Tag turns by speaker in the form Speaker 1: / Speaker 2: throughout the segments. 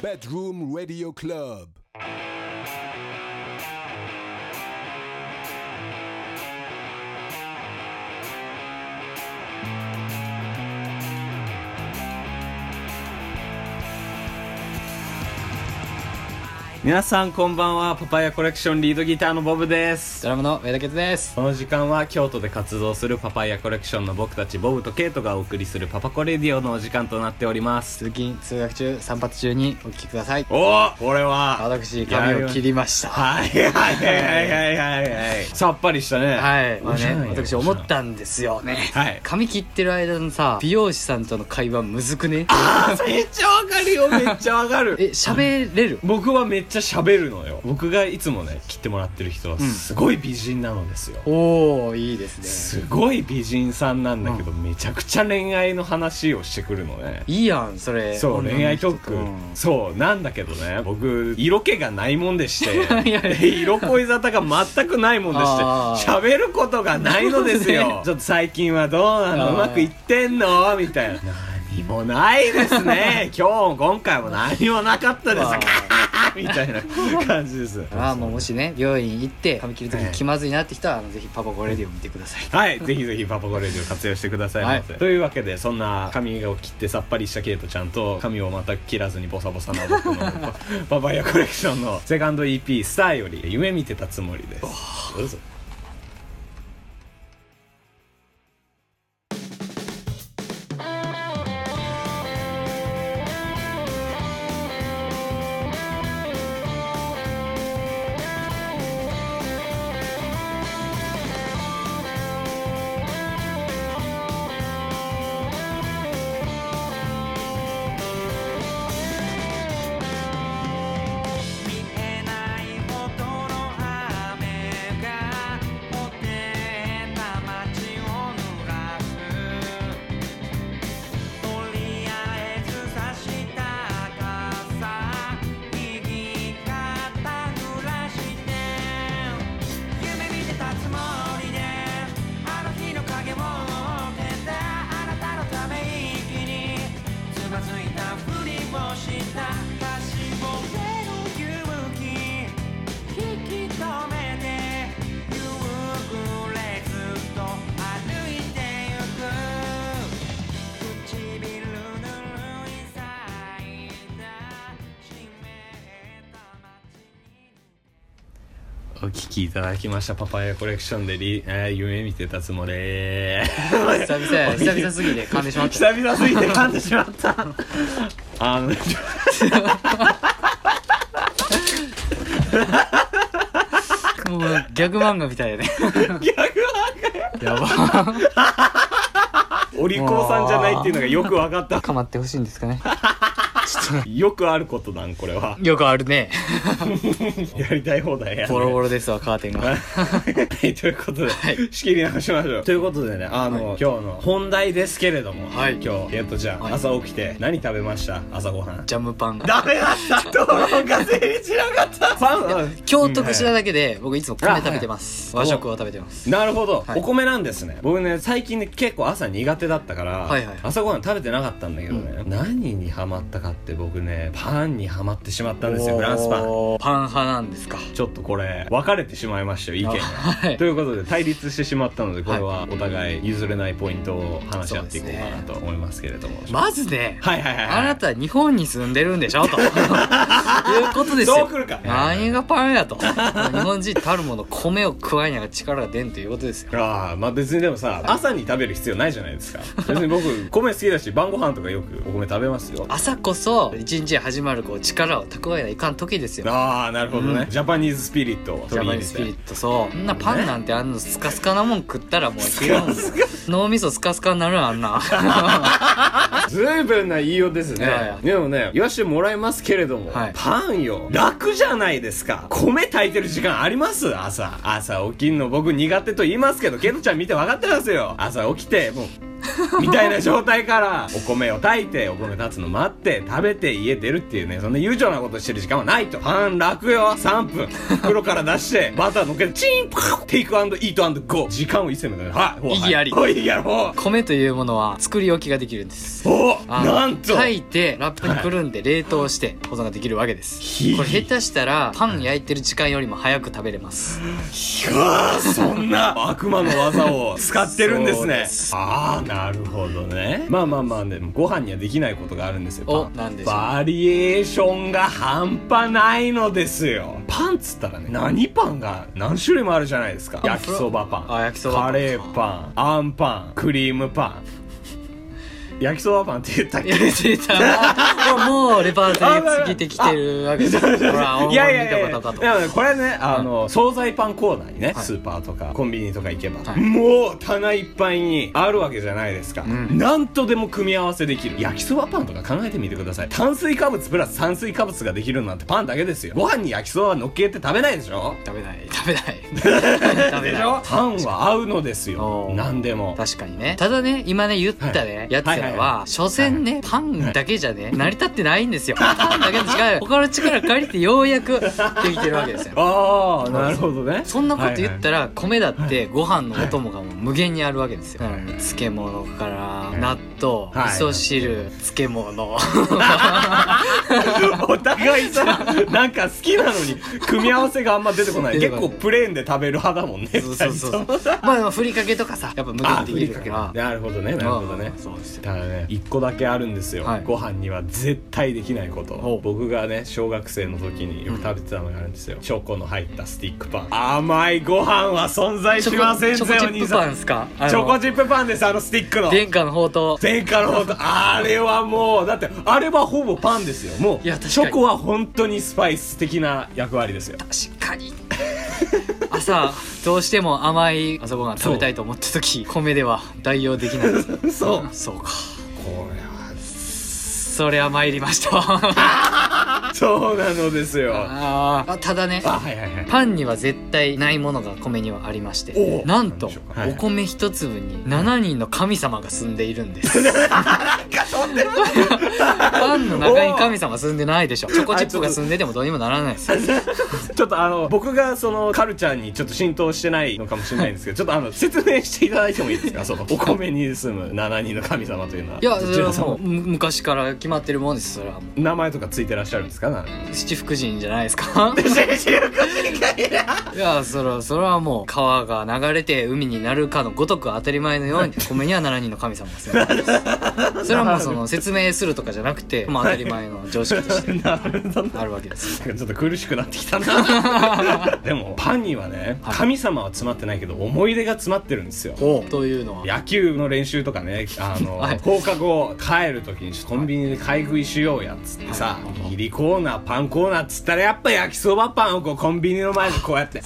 Speaker 1: Bedroom Radio Club
Speaker 2: 皆さんこんばんはパパイヤコレクションリードギターのボブです
Speaker 3: ドラムの上田哲です。
Speaker 2: この時間は京都で活動するパパイヤコレクションの僕たちボブとケイトがお送りするパパコレディオのお時間となっております
Speaker 3: 通勤、通学中、散髪中にお聞きください。
Speaker 2: おおこれは
Speaker 3: 私、髪を切りました。
Speaker 2: はいはいはいはいはいはいさっぱりしたね
Speaker 3: はい。まあ
Speaker 2: おしゃ
Speaker 3: ね
Speaker 2: れ、よ
Speaker 3: 私思ったんですよね。
Speaker 2: はい
Speaker 3: 髪切ってる間のさ、美容師さんとの会話むずくね
Speaker 2: あーめっちゃわかるよめっちゃわかる
Speaker 3: え、喋れる
Speaker 2: 僕はめっちゃ喋るのよ僕がいつもね切ってもらってる人はすごい美人なのですよ、
Speaker 3: おー、いいですね。
Speaker 2: すごい美人さんなんだけど、めちゃくちゃ恋愛の話をしてくるのね
Speaker 3: いいやん、それ。
Speaker 2: そう
Speaker 3: 女の人
Speaker 2: 恋愛トーク、
Speaker 3: うん
Speaker 2: そうなんだけどね僕色気がないもんでして
Speaker 3: いやいや
Speaker 2: で 色恋沙汰が全くないもんでして
Speaker 3: あー
Speaker 2: 喋ることがないのです よ、ちょっと最近はどうな
Speaker 3: あ
Speaker 2: の
Speaker 3: ー
Speaker 2: うまくいってんのみたいな何もないです ね今日も今回も何もなかったです みたいな感じです
Speaker 3: ああ、もうもしね、美容院行って髪切るとき
Speaker 2: はい
Speaker 3: 気まずいなって人は、あのぜひパパゴレディを見てください。
Speaker 2: はい、ぜひぜひパパゴレディを活用してくださいませ、
Speaker 3: はい
Speaker 2: というわけでそんな髪を切ってさっぱりしたケイトちゃんと髪をまた切らずにボサボサな僕のパ パパイヤコレクションのセカンド EP「スターより夢見てたつもりですどうぞ
Speaker 4: 見えない音の雨がおてた街を濡らすとりあえず差した傘右肩濡らして夢見てたつもりであの日の影を追ってたあなたのため息につまずいたふりをしたかしぼれる勇気引き止めて夕暮れずっと歩いてゆく唇ぬるいさいだ湿った街に
Speaker 2: お聞きいただきましたパパイヤコレクションでリ、えー夢見てたつもり
Speaker 3: 久々 や、久々すぎて噛んでしま った。
Speaker 2: 久々すぎて噛んでしまった あの
Speaker 3: もうギャグ漫画みたいだ ね。やば。
Speaker 2: お利口さんじゃないっていうのがよく分かった
Speaker 3: かまってほしいんですかね。
Speaker 2: よくあることなんこれは
Speaker 3: よくある ね。
Speaker 2: やりたい放題やね
Speaker 3: ボロボロですわ、カーテンが。
Speaker 2: はい、 ということで、仕切り直しましょう。ということでね、あの、今日の本題ですけれども、
Speaker 3: はい
Speaker 2: 今日、ゲットちゃん、
Speaker 3: はい
Speaker 2: 朝起きて、何食べました朝ごはん。
Speaker 3: ジャムパン。
Speaker 2: ダメだった討論が成立しなかったパン
Speaker 3: 京都串田
Speaker 2: だ
Speaker 3: だけで僕いつも米食べてます
Speaker 2: あは
Speaker 3: 和
Speaker 2: い
Speaker 3: 食を食べてます
Speaker 2: なるほど、
Speaker 3: はい
Speaker 2: お米なんですね僕ね最近ね結構朝苦手だったから、
Speaker 3: はいはい
Speaker 2: 朝ごはん食べてなかったんだけどね、何にハマったかって僕ねパンにハマってしまったんですよフランスパン
Speaker 3: おーパン派なんですか
Speaker 2: ちょっとこれ分かれてしまいましたよ意見が、
Speaker 3: はい
Speaker 2: ということで対立してしまったのでこれはお互い譲れないポイントを話し合っていこうかなと思いますけれども、
Speaker 3: まずね
Speaker 2: はいはいはいはい
Speaker 3: あなた日本に住んでるんでしょ ということですよ
Speaker 2: そうくるか
Speaker 3: 何がパンやと日本人たるもの米を食わいなが力が出んということですよ
Speaker 2: ああまあ別にでもさ朝に食べる必要ないじゃないですか別に僕米好きだし晩ご飯とかよくお米食べますよ
Speaker 3: 朝こそ一日始まるこう力を蓄えないかん時ですよ
Speaker 2: ああなるほどね、ジャパニーズスピリットを
Speaker 3: ジ
Speaker 2: 取
Speaker 3: ャ
Speaker 2: り入
Speaker 3: パニ
Speaker 2: れ
Speaker 3: ースピリッ
Speaker 2: て
Speaker 3: トそうそんなパンなんてあんのスカスカなもん食ったらもう昼も脳みそスカスカになるんあんな
Speaker 2: 随分な言いようですね
Speaker 3: いやいや
Speaker 2: でもね言わしてもらいますけれども、
Speaker 3: はい
Speaker 2: パンよ楽じゃないですか米炊いてる時間あります朝朝起きんの僕苦手と言いますけどケトちゃん見て分かってますよ朝起きてもう みたいな状態からお米を炊いてお米立つの待って食べて家出るっていうねそんな悠長なことしてる時間はないとパン楽よ3分袋から出 してバターのっけてチンパッテイクイートゴー時間を一切無駄にはいほうはい
Speaker 3: 意義あり
Speaker 2: ほう意義ありほう
Speaker 3: 米というものは作り置きができるんです
Speaker 2: お
Speaker 3: あの
Speaker 2: なんと
Speaker 3: 炊いてラップにくるんで冷凍して保存ができるわけです
Speaker 2: ひ
Speaker 3: これ下手したらパン焼いてる時間よりも早く食べれます
Speaker 2: いやーそんな悪魔の技を使ってるんです
Speaker 3: そう
Speaker 2: ね
Speaker 3: です
Speaker 2: ああなるほどねまあまあまあでもご飯にはできないことがあるんですよ
Speaker 3: お
Speaker 2: パン
Speaker 3: なんでしょう
Speaker 2: バリエーションが半端ないのですよパンっつったらね何パンが何種類もあるじゃないですか
Speaker 3: あ
Speaker 2: 焼きそばパン
Speaker 3: あ焼きそばパン
Speaker 2: カレーパンあんパンクリームパン焼きそばパンって言ったっけ
Speaker 3: いや出たなもうもうレパートリー尽きてきてるわけですほらお
Speaker 2: いやいやい
Speaker 3: 前
Speaker 2: や
Speaker 3: 見たことかと
Speaker 2: でもねこれねあの、惣菜パンコーナーにね、スーパーとかコンビニとか行けば、
Speaker 3: はい
Speaker 2: もう棚いっぱいにあるわけじゃないですか、
Speaker 3: ん
Speaker 2: なんとでも組み合わせできる焼きそばパンとか考えてみてください炭水化物プラス炭水化物ができるなんてパンだけですよご飯に焼きそば乗っけて食べないでしょ
Speaker 3: 食べない食べない 食べ
Speaker 2: でし
Speaker 3: な
Speaker 2: ょ
Speaker 3: い
Speaker 2: パンは合うのですよ
Speaker 3: おー
Speaker 2: 何でも
Speaker 3: 確かにねただね今ね言ったね、
Speaker 2: はい
Speaker 3: やつらは、
Speaker 2: はいはいは
Speaker 3: 所詮ね、パンだけじゃね成り立ってないんですよパンだけの力が他の力借りてようやくできてるわけですよ
Speaker 2: ああなるほどね
Speaker 3: そんなこと
Speaker 2: はい
Speaker 3: 言
Speaker 2: は
Speaker 3: っ
Speaker 2: い
Speaker 3: たら、米だってご飯のお供がもう無限にあるわけですよ、うん漬物から納豆、
Speaker 2: はい
Speaker 3: 味噌汁、漬物
Speaker 2: お互いさなんか好きなのに組み合わせがあんま出てこない
Speaker 3: 出て
Speaker 2: 結
Speaker 3: こない
Speaker 2: 構プレーンで食べる派だもんね
Speaker 3: そうそうそう
Speaker 2: 二人とも
Speaker 3: まあでもふりかけとかさやっぱ無
Speaker 2: あ
Speaker 3: 限できるか
Speaker 2: な
Speaker 3: ら
Speaker 2: るほどねなるほどね
Speaker 3: うんそうですよ
Speaker 2: ただね一個だけあるんですよ、
Speaker 3: はい
Speaker 2: ご飯には絶対できないこ
Speaker 3: ほ
Speaker 2: と
Speaker 3: う
Speaker 2: 僕がね小学生の時によく食べてたのがあるんですよ、チョコの入ったスティックパン甘いご飯は存在
Speaker 3: チ
Speaker 2: し
Speaker 3: ョ
Speaker 2: ません
Speaker 3: コ
Speaker 2: ぜ
Speaker 3: チョコチ
Speaker 2: お
Speaker 3: ッ
Speaker 2: 兄
Speaker 3: プパ
Speaker 2: さ
Speaker 3: ンで
Speaker 2: ん
Speaker 3: すかあの
Speaker 2: チョコチップパンですあのスティックの
Speaker 3: 殿下の宝刀
Speaker 2: 前科のほどあれはもうだってあれはほぼパンですよもう
Speaker 3: いや確かに
Speaker 2: チョコは本当にスパイス的な役割ですよ
Speaker 3: 確かに朝どうしても甘い朝ごはん食べたいと思った時米では代用でき ないです
Speaker 2: そう
Speaker 3: そうか
Speaker 2: これは
Speaker 3: それは参りましたあ
Speaker 2: そうなのですよあ
Speaker 3: ーあただね
Speaker 2: はいはいはい
Speaker 3: パンには絶対ないものが米にはありまし
Speaker 2: お
Speaker 3: て
Speaker 2: う
Speaker 3: なんと
Speaker 2: なんでしょうかはい
Speaker 3: お米一粒に7人の神様が住んでいるんです パンの中に神様住んでない でしょチョコチップが住んでてもどうにもならないですよ
Speaker 2: ちょっとあの僕がそのカルチャーにちょっと浸透してないのかもしれないんですけどちょっとあの説明していただいてもいい ですかそのお米に住む7人の神様というのはい
Speaker 3: や
Speaker 2: ど
Speaker 3: そ
Speaker 2: ちら
Speaker 3: れはも
Speaker 2: 様
Speaker 3: うむ昔から決まってるもんですそれはも
Speaker 2: 名前とかついてらっしゃるんですかな
Speaker 3: う七福神じゃないです かいやそれはそれはもう川が流れて海になるかのごとく当たり前 のように米には7人の神様が住んでいますそれはもうその説明するとかじゃなくてまあ当たり前の常識として
Speaker 2: なるほどな
Speaker 3: あるわけです
Speaker 2: な
Speaker 3: よ
Speaker 2: んかちょっと苦しくなってきたな でもパンにはね
Speaker 3: はい
Speaker 2: 神様は詰まってないけど思い出が詰まってるんですよ
Speaker 3: というのは
Speaker 2: 野球の練習とかねあの、
Speaker 3: はい
Speaker 2: 放課後帰る時にコンビニで買い食いしようやっつってさ
Speaker 3: はい
Speaker 2: 義理コーナーパンコーナーっつったらやっぱ焼きそばパンをこうコンビニの前でこうや って。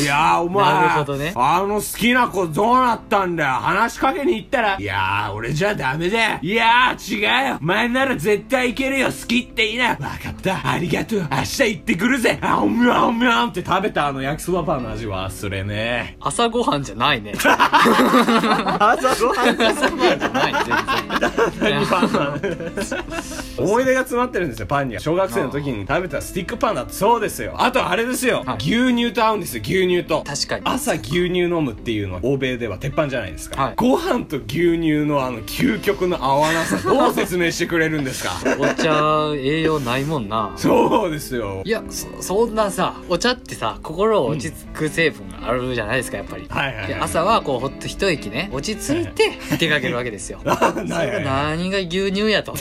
Speaker 2: いやーお前
Speaker 3: なるほどね
Speaker 2: あの好きな子どうなったんだよ話しかけに行ったらいやー俺じゃダメだよいやー違うよお前なら絶対いけるよ好きって言いなわかったありがとう明日行ってくるぜあおみゃおみゃんって食べたあの焼きそばパンの味忘れねえ
Speaker 3: 朝ごはんじゃない ね
Speaker 2: 朝ごはん
Speaker 3: 朝ごはんじゃない 全然
Speaker 2: 思い出が詰まってるんですよパンには小学生の時に食べたスティックパンだってそうですよあとあれですよ、
Speaker 3: はい
Speaker 2: 牛乳と合うんですよ牛乳と
Speaker 3: 確かに
Speaker 2: 朝牛乳飲むっていうのは欧米では鉄板じゃないですか、
Speaker 3: はい
Speaker 2: ご飯と牛乳のあの究極の合わな さどう説明してくれるんですか
Speaker 3: お茶栄養ないもんな
Speaker 2: そうですよ
Speaker 3: いやそそんなさお茶ってさ心を落ち着く成分があるじゃないですかやっぱり、
Speaker 2: はいはいはい
Speaker 3: で朝はこうほっと一息ね落ち着いて出かけるわけですよ
Speaker 2: あ ないないない
Speaker 3: 何が牛 乳やと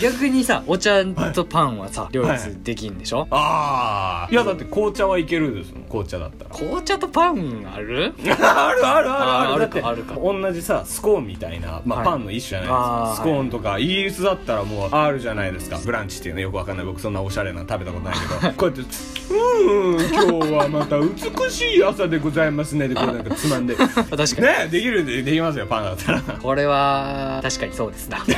Speaker 3: 逆にさお茶とパンはさ両立できんでしょ、
Speaker 2: ああいやだって紅茶はいけるですもん紅茶だったら
Speaker 3: 紅茶とパンある
Speaker 2: あるあるある
Speaker 3: あー
Speaker 2: あるだ
Speaker 3: あ
Speaker 2: っ
Speaker 3: るか
Speaker 2: て
Speaker 3: あるか
Speaker 2: 同じさスコーンみたいな、まあ
Speaker 3: はい
Speaker 2: パンの一種じゃない
Speaker 3: あ
Speaker 2: で
Speaker 3: ー
Speaker 2: すかスコーンとかイギリスだったらもうあるじゃないですかブランチっていうのよくわかんない僕そんなおしゃれなの食べたことないけどこうやって「うーん今日はまた美しい朝でございますね」でこうなんかつまんでね
Speaker 3: 確かに
Speaker 2: できるでできますよパンだったら
Speaker 3: これは確かにそうですな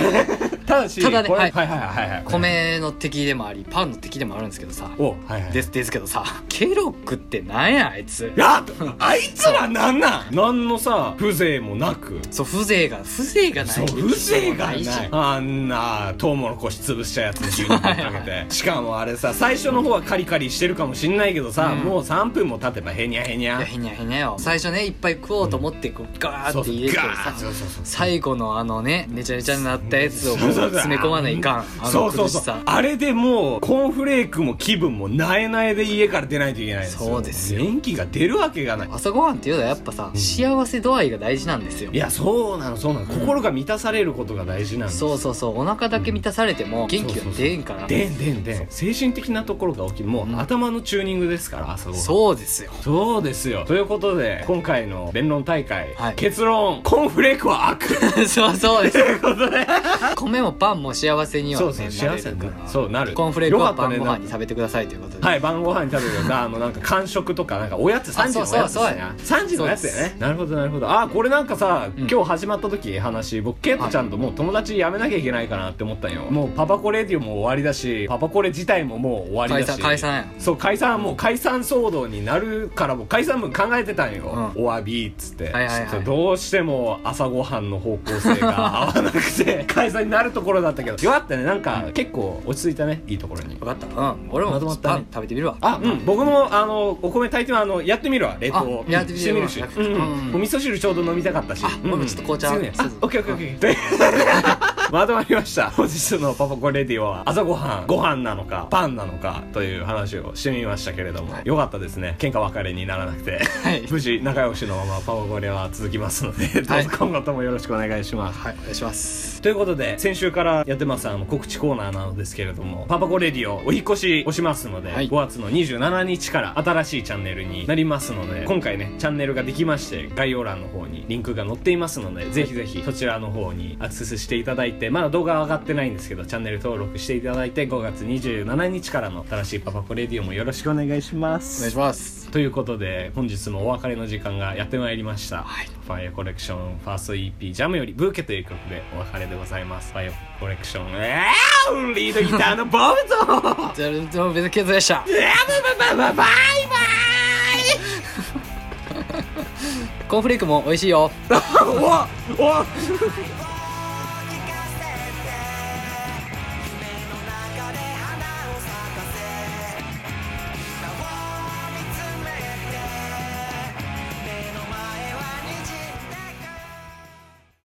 Speaker 2: ただし、
Speaker 3: ただね
Speaker 2: これ
Speaker 3: はい
Speaker 2: はいはいはいはい。
Speaker 3: 米の敵でもありパンの敵でもあるんですけどさ
Speaker 2: お、はいはい。
Speaker 3: ですですけどさケロックってなんやあいつ
Speaker 2: いやあいつらなんなん何のさ、風情もなく。
Speaker 3: そう風情が風情がない
Speaker 2: そう、風情がない
Speaker 3: し。
Speaker 2: あんな、トウモロコシ潰したやつに牛肉かけて。しかもあれさ、最初の方はカリカリしてるかもしんないけどさ、
Speaker 3: うん
Speaker 2: もう3分も経てばへにゃへにゃ
Speaker 3: いや。へにゃへにゃよ最初ねいっぱい食おうと思ってこうガー
Speaker 2: そう
Speaker 3: って
Speaker 2: そう
Speaker 3: 入れて
Speaker 2: ガ
Speaker 3: さ
Speaker 2: ーッそうそうそう
Speaker 3: 最後のあのねめちゃめちゃになったやつをこう
Speaker 2: そうそうそう
Speaker 3: 詰め込まないかんあ
Speaker 2: そ
Speaker 3: の
Speaker 2: うそ
Speaker 3: 苦
Speaker 2: う
Speaker 3: し
Speaker 2: そう
Speaker 3: さ
Speaker 2: あれでもうコーンフレークも気分もなえなえで家から出ないといけないんですよ
Speaker 3: そうですよ
Speaker 2: 元気が出るわけがない
Speaker 3: 朝ごはんっていうのはやっぱさ幸せ度合いが大事なんですよ
Speaker 2: いやそうなのそうなの心が満たされることが大事なの
Speaker 3: そうそうそうお腹だけ満たされても元気が出んから
Speaker 2: でんでんでん精神的なところが大きいもう頭のチューニングですから朝ごはん
Speaker 3: そうですよ
Speaker 2: そうですよということで今回の弁論大会、
Speaker 3: はい
Speaker 2: 結論コーンフレークは悪
Speaker 3: そうそうです 米もパンも幸せには、ね、
Speaker 2: そうそう幸せになる
Speaker 3: から
Speaker 2: そうなる
Speaker 3: コーンフレークは
Speaker 2: よかっ
Speaker 3: 晩
Speaker 2: たね
Speaker 3: ご飯に食べてくださいということで、
Speaker 2: はい晩ご飯に食べるよあのなんか間食とかなんかおやつ3時のおやつ
Speaker 3: そうそう
Speaker 2: だ
Speaker 3: そう
Speaker 2: ね
Speaker 3: や
Speaker 2: 3時のやつだ
Speaker 3: そう
Speaker 2: よ
Speaker 3: で
Speaker 2: ねなるほどなるほどあこれなんかさ、
Speaker 3: うん
Speaker 2: 今日始まった時話僕ケイトちゃんともう友達やめなきゃいけないかなって思ったんよ、もうパパコレディオも終わりだしパパコレ自体ももう終わりだし
Speaker 3: 解散解散や
Speaker 2: そう解散もう解散騒動になるからもう解散文考えてたんよ、
Speaker 3: うん
Speaker 2: お詫びっつって、
Speaker 3: はいはいはい
Speaker 2: ちょっとどうしても朝ごはんの方向性が合わなく て解散になるところだったけどよかったねなんか結構落ち着いたねいいところに
Speaker 3: 分かったうん俺も
Speaker 2: まとまった
Speaker 3: パ
Speaker 2: ね
Speaker 3: ン食べてみるわ
Speaker 2: あ、うん、僕もあのお米炊いてもあのやってみるわ冷凍
Speaker 3: あやってみる
Speaker 2: してみるし、
Speaker 3: うん
Speaker 2: うん
Speaker 3: うん
Speaker 2: お味噌汁ちょうど飲みたかったし
Speaker 3: あ
Speaker 2: うん
Speaker 3: 俺もちょっと紅茶
Speaker 2: 強いね
Speaker 3: そう
Speaker 2: あ
Speaker 3: そう
Speaker 2: オッケーオッケーオッケーで まとまりました本日のパパコレディオは朝ごはんご飯なのかパンなのかという話をしてみましたけれども、よかったですね喧嘩別れにならなくて、
Speaker 3: はい
Speaker 2: 無事仲良しのままパパコレは続きますので、どう
Speaker 3: はい
Speaker 2: ぞ今後ともよろしくお願いします、
Speaker 3: はいお願いします
Speaker 2: ということで先週からやってますあの告知コーナーなのですけれども「パパコレディオ」お引っ越しをしますので、
Speaker 3: はい
Speaker 2: 5月の27日から新しいチャンネルになりますので今回ねチャンネルができまして概要欄の方にリンクが載っていますのでぜひぜひそちらの方にアクセスしていただいてまだ動画は上がってないんですけどチャンネル登録していただいて5月27日からの新しい「パパコレディオ」もよろしくお願いしま
Speaker 3: お願い
Speaker 2: す
Speaker 3: し。ます
Speaker 2: ということで本日もお別れの時間がやってまいりました、
Speaker 3: はい
Speaker 2: ファイアコレクションファースト EP ジャムよりブーケという曲でお別れでございますファイアコレクションえー、リードギターのボブゾー
Speaker 3: じゃあどうも別にケイトでした
Speaker 2: えーバイバイバイバイ
Speaker 3: コーンフレークも美味しいよ
Speaker 2: おお